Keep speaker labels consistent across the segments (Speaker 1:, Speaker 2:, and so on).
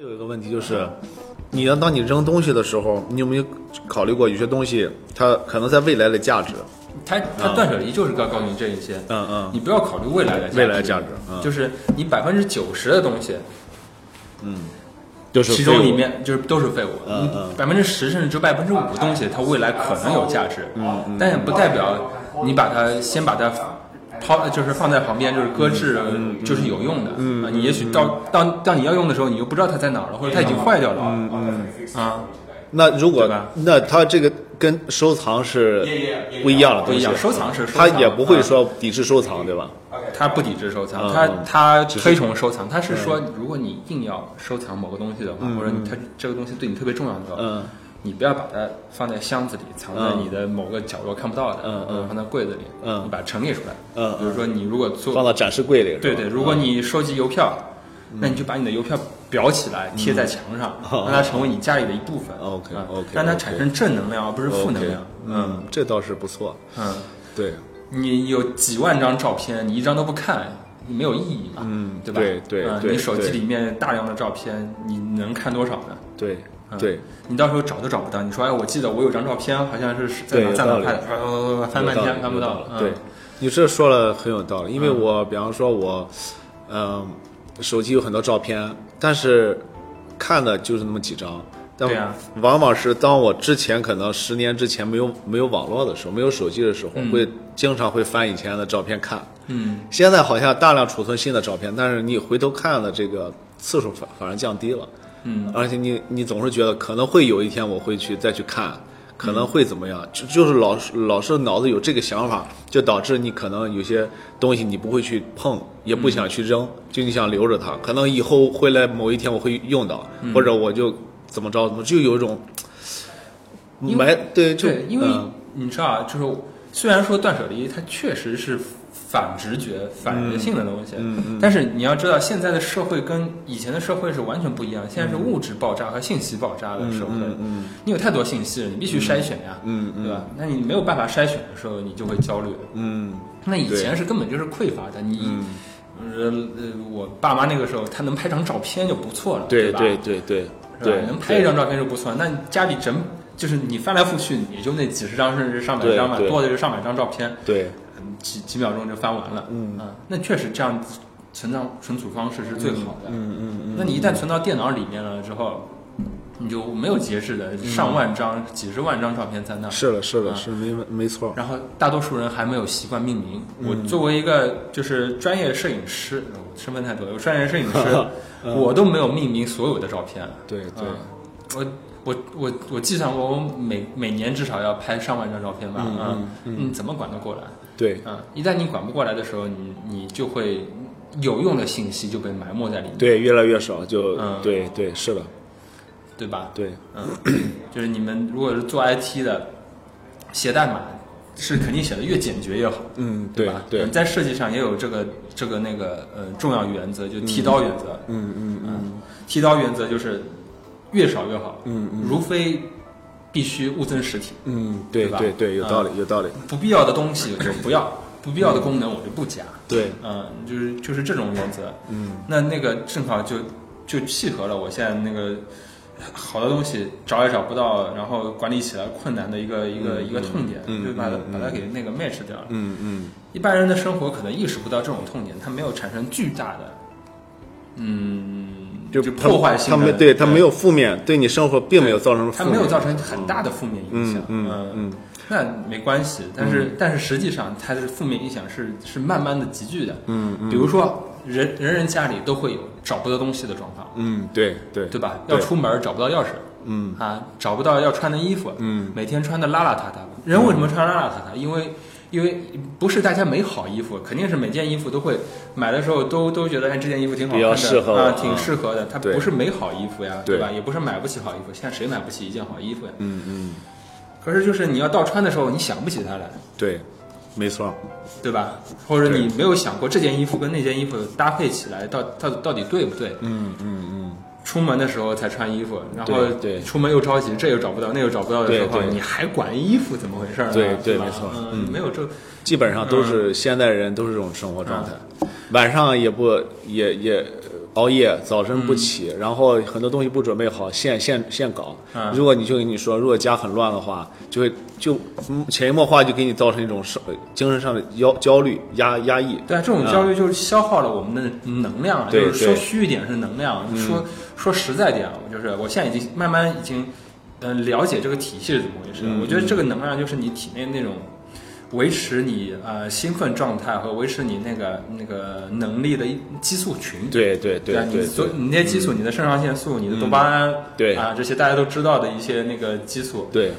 Speaker 1: 有一个问题就是，你要当你扔东西的时候，你有没有考虑过有些东西它可能在未来的价值？
Speaker 2: 它它断舍离就是要告诉你这一些，
Speaker 1: 嗯嗯
Speaker 2: 你不要考虑未来的
Speaker 1: 未来价值嗯
Speaker 2: 就是你百分之九十的东西，
Speaker 1: 就是
Speaker 2: 其中里面就是都是废物，
Speaker 1: 嗯嗯
Speaker 2: 百分之十甚至只百分之五的东西，它未来可能有价值，
Speaker 1: 嗯
Speaker 2: 但也不代表你把它先把它抛，就是放在旁边，就是搁置，
Speaker 1: 嗯
Speaker 2: 就是有用的，啊你也许到到到你要用的时候，你又不知道它在哪儿了，或者它
Speaker 1: 嗯
Speaker 2: 已经坏掉了，啊，
Speaker 1: 那如果
Speaker 2: 对吧
Speaker 1: 那它这个跟收藏是不一样的
Speaker 2: 不
Speaker 1: 东
Speaker 2: 一
Speaker 1: 西
Speaker 2: 样，，收藏是收
Speaker 1: 它
Speaker 2: 藏，
Speaker 1: 也不会
Speaker 2: 啊
Speaker 1: 说抵制收藏，对吧？
Speaker 2: 他不抵制收藏，
Speaker 1: 嗯
Speaker 2: 他
Speaker 1: 嗯
Speaker 2: 他推崇收藏。他是说，如果你硬要收藏某个东西的话，或者你他这个东西对你特别重要的话，
Speaker 1: 嗯
Speaker 2: 你不要把它放在箱子里，藏在你的某个角落看不到的，
Speaker 1: 嗯
Speaker 2: 或者放在柜子里，
Speaker 1: 嗯
Speaker 2: 你把它陈列出来。
Speaker 1: 嗯
Speaker 2: 比如说你如果做，
Speaker 1: 放到嗯展示柜里。是吧
Speaker 2: 对对，如果你收集邮票，那你就把你的邮票裱起来，贴在墙上，让它成为你家里的一部分。
Speaker 1: 嗯哦 OK，
Speaker 2: 嗯
Speaker 1: OK，
Speaker 2: 让它
Speaker 1: OK
Speaker 2: 产生正能量，而不是负能
Speaker 1: OK，
Speaker 2: 量。
Speaker 1: 嗯，这倒是不错。
Speaker 2: 嗯。
Speaker 1: 对，
Speaker 2: 你有几万张照片，你一张都不看，没有意义嘛？
Speaker 1: 嗯
Speaker 2: 对吧？
Speaker 1: 对对
Speaker 2: 嗯
Speaker 1: 对
Speaker 2: 你手机里面大量的照片，你能看多少呢？
Speaker 1: 对
Speaker 2: 嗯、
Speaker 1: 对，，
Speaker 2: 你到时候找都找不到。你说，哎，我记得我有张照片，好像是在
Speaker 1: 对
Speaker 2: 哪
Speaker 1: 有
Speaker 2: 在哪
Speaker 1: 道理
Speaker 2: 拍的，翻翻翻半天看不到了。嗯
Speaker 1: 对，你这说了很有道理，因为我比方说我，嗯、手机有很多照片，但是看的就是那么几张。但
Speaker 2: 对啊
Speaker 1: 往往是当我之前可能十年之前没有没有网络的时候，没有手机的时候，会经常会翻以前的照片看。
Speaker 2: 嗯，
Speaker 1: 现在好像大量储存新的照片，但是你回头看的这个次数反反而降低了。
Speaker 2: 嗯，
Speaker 1: 而且你你总是觉得可能会有一天我会去再去看，
Speaker 2: 嗯
Speaker 1: 可能会怎么样，就就是老是老是脑子有这个想法，就导致你可能有些东西你不会去碰，也不
Speaker 2: 嗯
Speaker 1: 想去扔，就你想留着它，可能以后回来某一天我会用到，
Speaker 2: 嗯
Speaker 1: 或者我就怎么着怎么就有一种嗯
Speaker 2: 因为
Speaker 1: 埋对就
Speaker 2: 对，因为
Speaker 1: 嗯
Speaker 2: 你知道啊，就是虽然说断舍离它确实是反直觉、反人性的东西，但是你要知道，现在的社会跟以前的社会是完全不一样。现在是物质爆炸和信息爆炸的社会，你有太多信息了，你必须筛选呀，
Speaker 1: 嗯嗯
Speaker 2: 对吧？那你没有办法筛选的时候，你就会焦虑。
Speaker 1: 嗯
Speaker 2: 那以前是根本就是匮乏的，你。呃呃，我爸妈那个时候，他能拍张照片就不错了，
Speaker 1: 对
Speaker 2: 吧？
Speaker 1: 对对对
Speaker 2: 是吧
Speaker 1: 对？，
Speaker 2: 能拍一张照片就不错。那你家里整就是你翻来覆去，也就那几十张甚至上百张吧，
Speaker 1: 对对
Speaker 2: 多的就上百张照片，
Speaker 1: 对
Speaker 2: 嗯几几秒钟就翻完了。
Speaker 1: 嗯
Speaker 2: 啊，那确实这样子存档存储方式是最好的。
Speaker 1: 嗯嗯嗯，
Speaker 2: 那你一旦存到电脑里面了之后，你就没有节制的上万张、几十万张照片在那儿。
Speaker 1: 嗯是的是
Speaker 2: 啊
Speaker 1: 的是没没错儿，
Speaker 2: 然后大多数人还没有习惯命名。我
Speaker 1: 嗯
Speaker 2: 作为一个就是专业摄影师，呃我身份太多了，我专业摄影师，
Speaker 1: 嗯
Speaker 2: 我都没有命名所有的照片。
Speaker 1: 对对。
Speaker 2: 嗯我我我我计算过，我每每年至少要拍上万张照片吧，
Speaker 1: 嗯
Speaker 2: 啊
Speaker 1: 嗯嗯
Speaker 2: 你怎么管得过来？
Speaker 1: 对
Speaker 2: 啊，一旦你管不过来的时候，你你就会有用的信息就被埋没在里面，
Speaker 1: 对，越来越少，就、
Speaker 2: 嗯
Speaker 1: 对对，是的，
Speaker 2: 对吧？
Speaker 1: 对，
Speaker 2: 嗯，就是你们如果是做 IT 的，写代码是肯定写的越简洁越好，
Speaker 1: 嗯，
Speaker 2: 对
Speaker 1: 对
Speaker 2: 吧？
Speaker 1: 对
Speaker 2: 嗯，在设计上也有这个这个那个呃重要原则，就剃刀原则。
Speaker 1: 嗯嗯
Speaker 2: 嗯，剃刀原则就是越少越好，
Speaker 1: 嗯嗯
Speaker 2: 如非必须物增实体，
Speaker 1: 嗯，对
Speaker 2: 对吧嗯
Speaker 1: 对对，有道理，有道理，
Speaker 2: 不必要的东西我就不要，不必要的功能我就不加。
Speaker 1: 对，
Speaker 2: 嗯，就是就是这种原则。
Speaker 1: 嗯
Speaker 2: 那那个正好就就契合了我现在那个好多东西找也找不到，然后管理起来困难的一个一个、一个痛点，
Speaker 1: 嗯
Speaker 2: 就把它、
Speaker 1: 嗯
Speaker 2: 把它给那个 match 掉了。
Speaker 1: 嗯嗯，
Speaker 2: 一般人的生活可能意识不到这种痛点，他没有产生巨大的，嗯，就
Speaker 1: 他
Speaker 2: 破坏性
Speaker 1: 他
Speaker 2: 的，
Speaker 1: 没对他没有负面，对你生活并没有造成负
Speaker 2: 它
Speaker 1: 面，
Speaker 2: 没有造成很大的负面影响
Speaker 1: 嗯，嗯
Speaker 2: 嗯那没关系，但是、但是实际上它的负面影响是是慢慢的急剧的，
Speaker 1: 嗯
Speaker 2: 比如说人人人家里都会有找不到东西的状况，
Speaker 1: 嗯，对对
Speaker 2: 对吧？
Speaker 1: 对
Speaker 2: 要出门找不到钥匙，
Speaker 1: 嗯
Speaker 2: 啊，找不到要穿的衣服，
Speaker 1: 嗯，
Speaker 2: 每天穿的邋邋遢遢。人为什么穿邋邋遢遢？因为因为不是大家没好衣服，肯定是每件衣服都会买的时候都都觉得哎这件衣服挺好看
Speaker 1: 比较
Speaker 2: 的
Speaker 1: 适合我
Speaker 2: 啊，
Speaker 1: 嗯
Speaker 2: 挺适合的。它
Speaker 1: 对
Speaker 2: 不是没好衣服呀，
Speaker 1: 对
Speaker 2: 吧？也不是买不起好衣服，现在谁买不起一件好衣服呀？
Speaker 1: 嗯嗯，
Speaker 2: 可是就是你要到穿的时候，你想不起它来，
Speaker 1: 对，没错，
Speaker 2: 对吧？或者
Speaker 1: 对
Speaker 2: 你没有想过这件衣服跟那件衣服搭配起来到到到底对不对？
Speaker 1: 嗯嗯嗯，
Speaker 2: 出门的时候才穿衣服，然后
Speaker 1: 对对
Speaker 2: 出门又着急，这又找不到，那又找不到的时候，
Speaker 1: 对对
Speaker 2: 你还管衣服怎么回事儿呢？
Speaker 1: 对对
Speaker 2: 是吧
Speaker 1: 没错
Speaker 2: 嗯，没有这，
Speaker 1: 基
Speaker 2: 嗯
Speaker 1: 本上都是现代人都是这种生活状态，晚上也不也也呃熬夜，早晨不起，然后很多东西不准备好，现现现搞。
Speaker 2: 嗯
Speaker 1: 如果你就跟你说，如果家很乱的话，就会就嗯潜移默化就给你造成一种是精神上的焦焦虑、压压抑。
Speaker 2: 对啊，这种焦虑就是消耗了我们的能量啊，
Speaker 1: 嗯对
Speaker 2: 就是说
Speaker 1: 对嗯
Speaker 2: 虚一点是能量，说说实在点啊，我就是我现在已经慢慢已经嗯、了解这个体系是怎么回事了。
Speaker 1: 嗯
Speaker 2: 我觉得这个能量就是你体内那种维持你呃兴奋状态和维持你那个那个能力的一激素群。
Speaker 1: 对对
Speaker 2: 对
Speaker 1: 对
Speaker 2: 啊，你
Speaker 1: 对嗯
Speaker 2: 所你那些激素，你的肾上腺素、你的多巴胺，
Speaker 1: 对
Speaker 2: 啊，这些大家都知道的一些那个激素，
Speaker 1: 对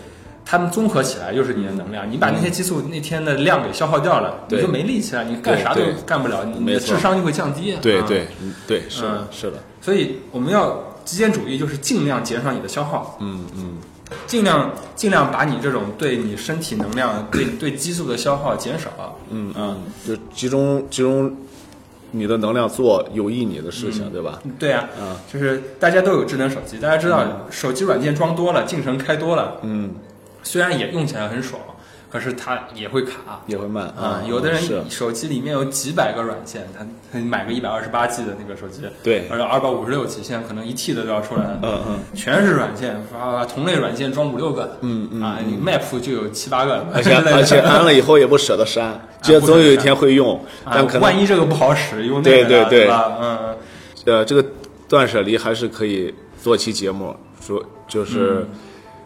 Speaker 2: 它们综合起来就是你的能量。你把那些激素那天的量给消耗掉了，
Speaker 1: 嗯
Speaker 2: 你
Speaker 1: 对
Speaker 2: 就没力气了，你干啥都
Speaker 1: 对对
Speaker 2: 干不了，你的
Speaker 1: 没错
Speaker 2: 智商就会降低。
Speaker 1: 对
Speaker 2: 啊
Speaker 1: 对嗯对，是
Speaker 2: 嗯
Speaker 1: 的，是的，
Speaker 2: 所以我们要极简主义，就是尽量减少你的消耗，
Speaker 1: 嗯嗯，
Speaker 2: 尽量尽量把你这种对你身体能 量、对对激素的消耗减少。嗯嗯，
Speaker 1: 就集中集中你的能量做有益你的事情，对吧？
Speaker 2: 对啊，
Speaker 1: 嗯
Speaker 2: 就是大家都有智能手机，大家知道手机软件装多了，进程开多了，
Speaker 1: 嗯，
Speaker 2: 虽然也用起来很爽，可是它也会卡。
Speaker 1: 也会慢
Speaker 2: 啊、有的
Speaker 1: 哦是
Speaker 2: 人手机里面有几百个软件，他他买个一百二十八 G 的那个手机，
Speaker 1: 对
Speaker 2: 而且二百五十六 G，现在可能一 T 的都要出来了，
Speaker 1: 嗯嗯，
Speaker 2: 全是软件，啊，同类软件装五六个，嗯嗯，啊，你 Map 就有七八个了，
Speaker 1: 而 且而且安了以后也不舍得删， 觉得总有一天会用，
Speaker 2: 啊
Speaker 1: 但可，能
Speaker 2: 万一这个不好使，用那
Speaker 1: 对
Speaker 2: 个
Speaker 1: 对
Speaker 2: 啊
Speaker 1: 对
Speaker 2: 吧？嗯，
Speaker 1: 呃，这个断舍离还是可以做期节目，说
Speaker 2: 嗯
Speaker 1: 就是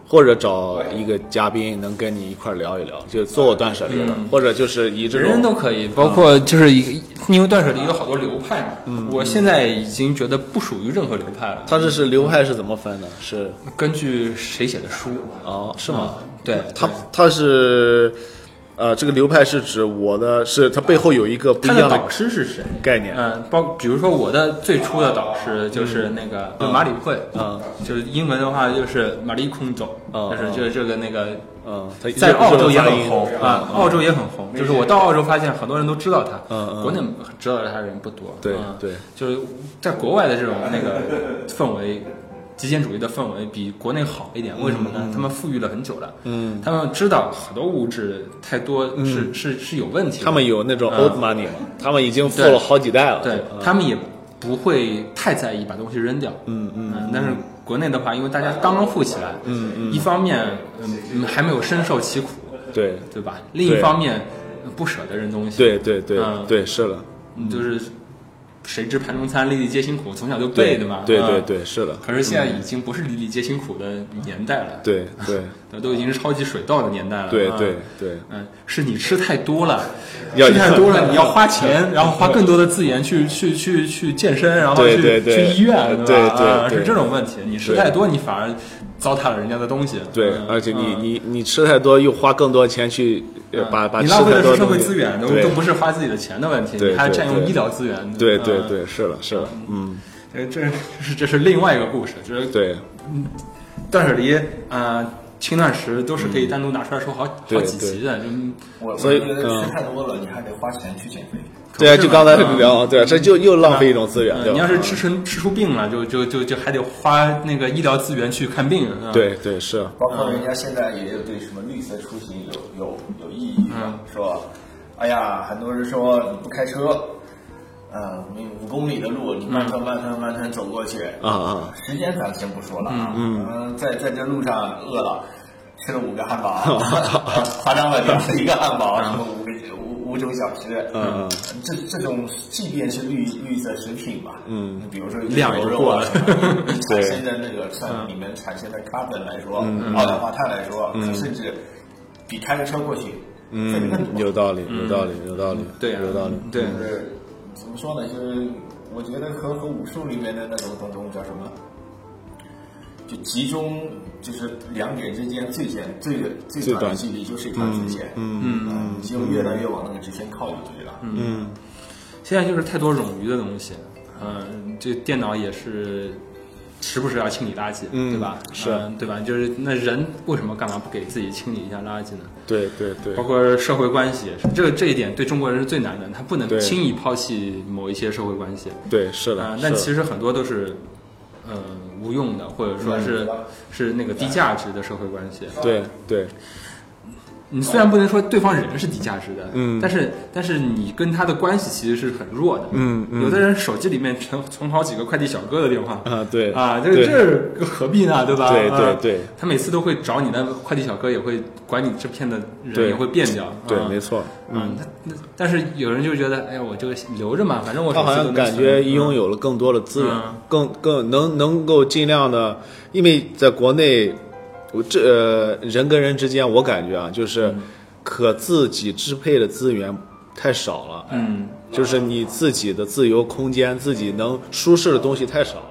Speaker 1: 或者找一个嘉宾能跟你一块儿聊一聊，就做过断舍离的，或者就是以这
Speaker 2: 嗯人人
Speaker 1: 种
Speaker 2: 都可以，包括就是一个，因为断舍离有好多流派嘛，
Speaker 1: 嗯
Speaker 2: 我现在已经觉得不属于任何流派了，
Speaker 1: 他这是流派是怎么分的？是
Speaker 2: 根据谁写的书，
Speaker 1: 哦，是吗？
Speaker 2: 对，
Speaker 1: 他他是呃，这个流派是指我的是它背后有一个不
Speaker 2: 他
Speaker 1: 一
Speaker 2: 的
Speaker 1: 样
Speaker 2: 导
Speaker 1: 的
Speaker 2: 师是谁？
Speaker 1: 概念
Speaker 2: 嗯，包比如说我的最初的导师就是那个嗯就马里会，
Speaker 1: 嗯，
Speaker 2: 就是英文的话就是玛丽空总，
Speaker 1: 嗯
Speaker 2: 就是就是这个那个
Speaker 1: 嗯，它
Speaker 2: 哦在澳洲也很
Speaker 1: 红
Speaker 2: 红啊，澳洲也很红。就是我到澳洲发现很多人都知道他，
Speaker 1: 嗯嗯
Speaker 2: 国内知道他的人不多。
Speaker 1: 对
Speaker 2: 嗯
Speaker 1: 对，
Speaker 2: 就是在国外的这种那个氛围。极简主义的氛围比国内好一点，为什么呢？他们富裕了很久了，嗯，他们知道很多物质太多是、是是有问题的，
Speaker 1: 他们有那种 old money 嘛，他们已经富
Speaker 2: 嗯对
Speaker 1: 了好几代了，
Speaker 2: 对
Speaker 1: 嗯
Speaker 2: 他们也不会太在意把东西扔掉。嗯嗯。但是国内的话，因为大家刚刚富起来，嗯嗯，一方面嗯嗯还没有深受其苦，
Speaker 1: 对
Speaker 2: 对吧？另一
Speaker 1: 对
Speaker 2: 方面嗯不舍得扔东西，，
Speaker 1: 对对对
Speaker 2: 嗯
Speaker 1: 对，是的，
Speaker 2: 就是谁知盘中餐，粒粒皆辛苦，从小就背的嘛。
Speaker 1: 对
Speaker 2: 啊
Speaker 1: 对。对，是的，
Speaker 2: 可是现在已经不是粒粒皆辛苦的年代了，
Speaker 1: 对 对
Speaker 2: 对，都已经是超级水稻的年代了。
Speaker 1: 对
Speaker 2: 啊
Speaker 1: 对对，
Speaker 2: 嗯，是你吃太多了，
Speaker 1: 要
Speaker 2: 吃太多了，你要花钱，然后花更多的资源去去去去健身，然后
Speaker 1: 对
Speaker 2: 去
Speaker 1: 对对
Speaker 2: 去医院，吧？
Speaker 1: 对对
Speaker 2: 啊
Speaker 1: 对
Speaker 2: 是这种问题。你吃太多，你反而糟蹋了人家的东西。
Speaker 1: 对
Speaker 2: 嗯，
Speaker 1: 而且你
Speaker 2: 嗯
Speaker 1: 你你吃太多，又花更多钱去呃把把
Speaker 2: 你
Speaker 1: 吃
Speaker 2: 浪费
Speaker 1: 太
Speaker 2: 的
Speaker 1: 多
Speaker 2: 是
Speaker 1: 的
Speaker 2: 社
Speaker 1: 东
Speaker 2: 会
Speaker 1: 西
Speaker 2: 资源，都
Speaker 1: 对
Speaker 2: 都不是花自己的钱的问题，
Speaker 1: 对
Speaker 2: 你还
Speaker 1: 对
Speaker 2: 占用
Speaker 1: 对
Speaker 2: 医疗资源。
Speaker 1: 对对
Speaker 2: 嗯，
Speaker 1: 对，是的，是的，嗯，
Speaker 2: 这这是这是另外一个故事，就是
Speaker 1: 对
Speaker 2: 断舍离啊。轻断食都是可以单独拿出来说好好
Speaker 1: 嗯对
Speaker 2: 几
Speaker 1: 对
Speaker 2: 集的，就
Speaker 3: 我
Speaker 1: 所以
Speaker 3: 我觉得
Speaker 1: 嗯
Speaker 3: 吃太多了，你还得花钱去减肥。
Speaker 1: 对啊，
Speaker 2: 可不是
Speaker 1: 就
Speaker 2: 嘛
Speaker 1: 刚才
Speaker 2: 嗯
Speaker 1: 聊，对啊，这就又浪费一种资源，
Speaker 2: 嗯
Speaker 1: 对吧？
Speaker 2: 你要是吃成吃出病了，就就就就还得花那个医疗资源去看病。嗯、，
Speaker 1: 对对是，啊
Speaker 3: 包括人家现在也有对什么绿色出行有有有异议，
Speaker 1: 嗯
Speaker 3: 说，哎呀，很多人说你不开车，呃，你五公里的路你
Speaker 1: 嗯
Speaker 3: 慢吞慢吞慢吞走过去，
Speaker 1: 啊啊，
Speaker 3: 时间咱先不说了啊，嗯，在在这路上饿了，吃了五个汉堡，夸张了点，吃一个汉堡，什么五个五五种小吃，
Speaker 1: 嗯嗯，
Speaker 3: 这这种即便是绿绿色食品吧，嗯，比如说
Speaker 2: 量也
Speaker 3: 牛
Speaker 2: 就
Speaker 3: 肉
Speaker 2: 过
Speaker 3: 啊
Speaker 2: 了
Speaker 3: 什么的，你产
Speaker 1: 对
Speaker 3: 生的那个算里面产生的 carbon 来说，二氧化碳来说，甚至比开个车过去费的更
Speaker 1: 嗯，
Speaker 3: 多。
Speaker 1: 有道理，有道理，有道理，
Speaker 2: 对啊
Speaker 1: 有道理，
Speaker 3: 嗯
Speaker 1: 嗯
Speaker 2: 对，
Speaker 3: 就是怎么说呢？就是我觉得和和武术里面的那种那种叫什么，就集中就是两点之间最简最最
Speaker 1: 最
Speaker 3: 短的
Speaker 1: 短
Speaker 3: 距离就是一条直线，嗯嗯，你就越来越往那个直线靠就对了，嗯，
Speaker 2: 现在就是太多冗余的东西，嗯，这电脑也是时不时要清理垃圾，
Speaker 1: 嗯
Speaker 2: 对吧？
Speaker 1: 是
Speaker 2: 嗯对吧？就是那人为什么干嘛不给自己清理一下垃圾呢？
Speaker 1: 对对对
Speaker 2: 包，括社会关系也是，这个这一点对中国人是最难的，他不能
Speaker 1: 对
Speaker 2: 轻易抛弃某一些社会关系。
Speaker 1: 对是
Speaker 2: 啊
Speaker 1: 的，，
Speaker 2: 但
Speaker 1: 是
Speaker 2: 其实很多都是，呃，无用
Speaker 1: 嗯
Speaker 2: 的，或者说是、是那个低价值的社会关系。
Speaker 1: 的对对
Speaker 2: 你虽然不能说对方人是低价值的，嗯，但是但是你跟他的关系其实是很弱的，
Speaker 1: 嗯嗯
Speaker 2: 有的人手机里面存存好几个快递小哥的电话，
Speaker 1: 啊对
Speaker 2: 啊，这个
Speaker 1: 对
Speaker 2: 这何必呢，对吧？
Speaker 1: 对
Speaker 2: 啊
Speaker 1: 对对，
Speaker 2: 他每次都会找你，那快递小哥也会管你这片的人
Speaker 1: 对
Speaker 2: 也会变掉，
Speaker 1: 对，
Speaker 2: 啊
Speaker 1: 没错。
Speaker 2: 嗯，那那但是有人就觉得，哎呀，我这个留着嘛，反正我
Speaker 1: 他好
Speaker 2: 手机
Speaker 1: 像
Speaker 2: 都能
Speaker 1: 感
Speaker 2: 存
Speaker 1: 觉
Speaker 2: 嗯
Speaker 1: 拥有了更多的资源，
Speaker 2: 嗯
Speaker 1: 更更能能够尽量的，因为在国内，我这、呃、人跟人之间，我感觉啊，就是
Speaker 2: 嗯
Speaker 1: 可自己支配的资源太少了，
Speaker 2: 嗯，
Speaker 1: 就是你自己的自由空间，自己能舒适的东西太少了。